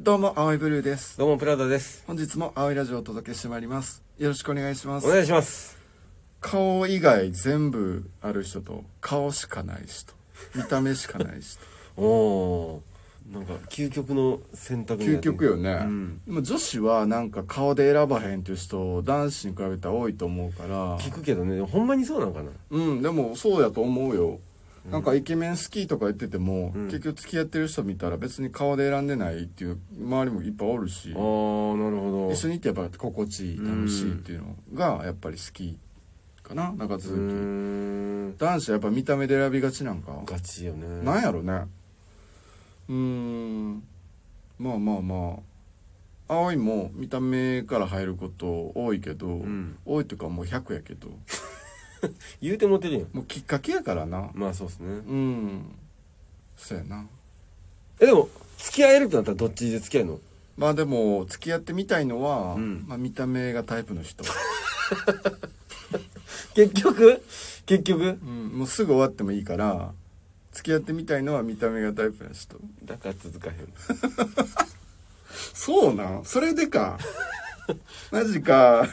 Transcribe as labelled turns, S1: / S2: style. S1: どうも、青いブルーです。
S2: どうもプラダです。
S1: 本日も青いラジオをお届けしてまいります。よろしくお願いしま
S2: お
S1: す。
S2: 願いします。
S1: 顔以外全部ある人と、顔しかない人、見た目しかない 人。
S2: おおー、なんか究極の選択にな
S1: 究
S2: ってる
S1: 極よね。
S2: うん
S1: でも女子はなんか顔で選ばへんっていう人、男子に比べたら多いと思うから、
S2: 聞くけどね、でもほんまにそうなのかな。
S1: うん、でもそうやと思うよ。なんかイケメン好きとか言ってても、
S2: うん
S1: 結局付き合ってる人見たら別に顔で選んでないっていう周りもいっぱいおるし
S2: ああ、なるほど。
S1: 一緒にいてやっぱ心地いい楽しいっていうのがやっぱり好きかななんかず
S2: うー
S1: っ
S2: ん。
S1: と男子はやっぱ見た目で選びがちなんか
S2: ガチよね。
S1: なんやろねうーんまあまあまあ葵も見た目から入ること多いけど、
S2: ん
S1: 多いというかもう100やけど
S2: 言うてモテるやん。
S1: もうきっかけやからな
S2: まあそうですね。
S1: うんそうやな
S2: え、でも、付き合えるってなったらどっちで付き合えるの
S1: まあでも付き合ってみたいのは、
S2: うん
S1: まあ、見た目がタイプの人、
S2: 結局結局
S1: うん、もうすぐ終わってもいいから付き合ってみたいのは見た目がタイプの人
S2: だから続かへん。
S1: そうなんそれでかマジか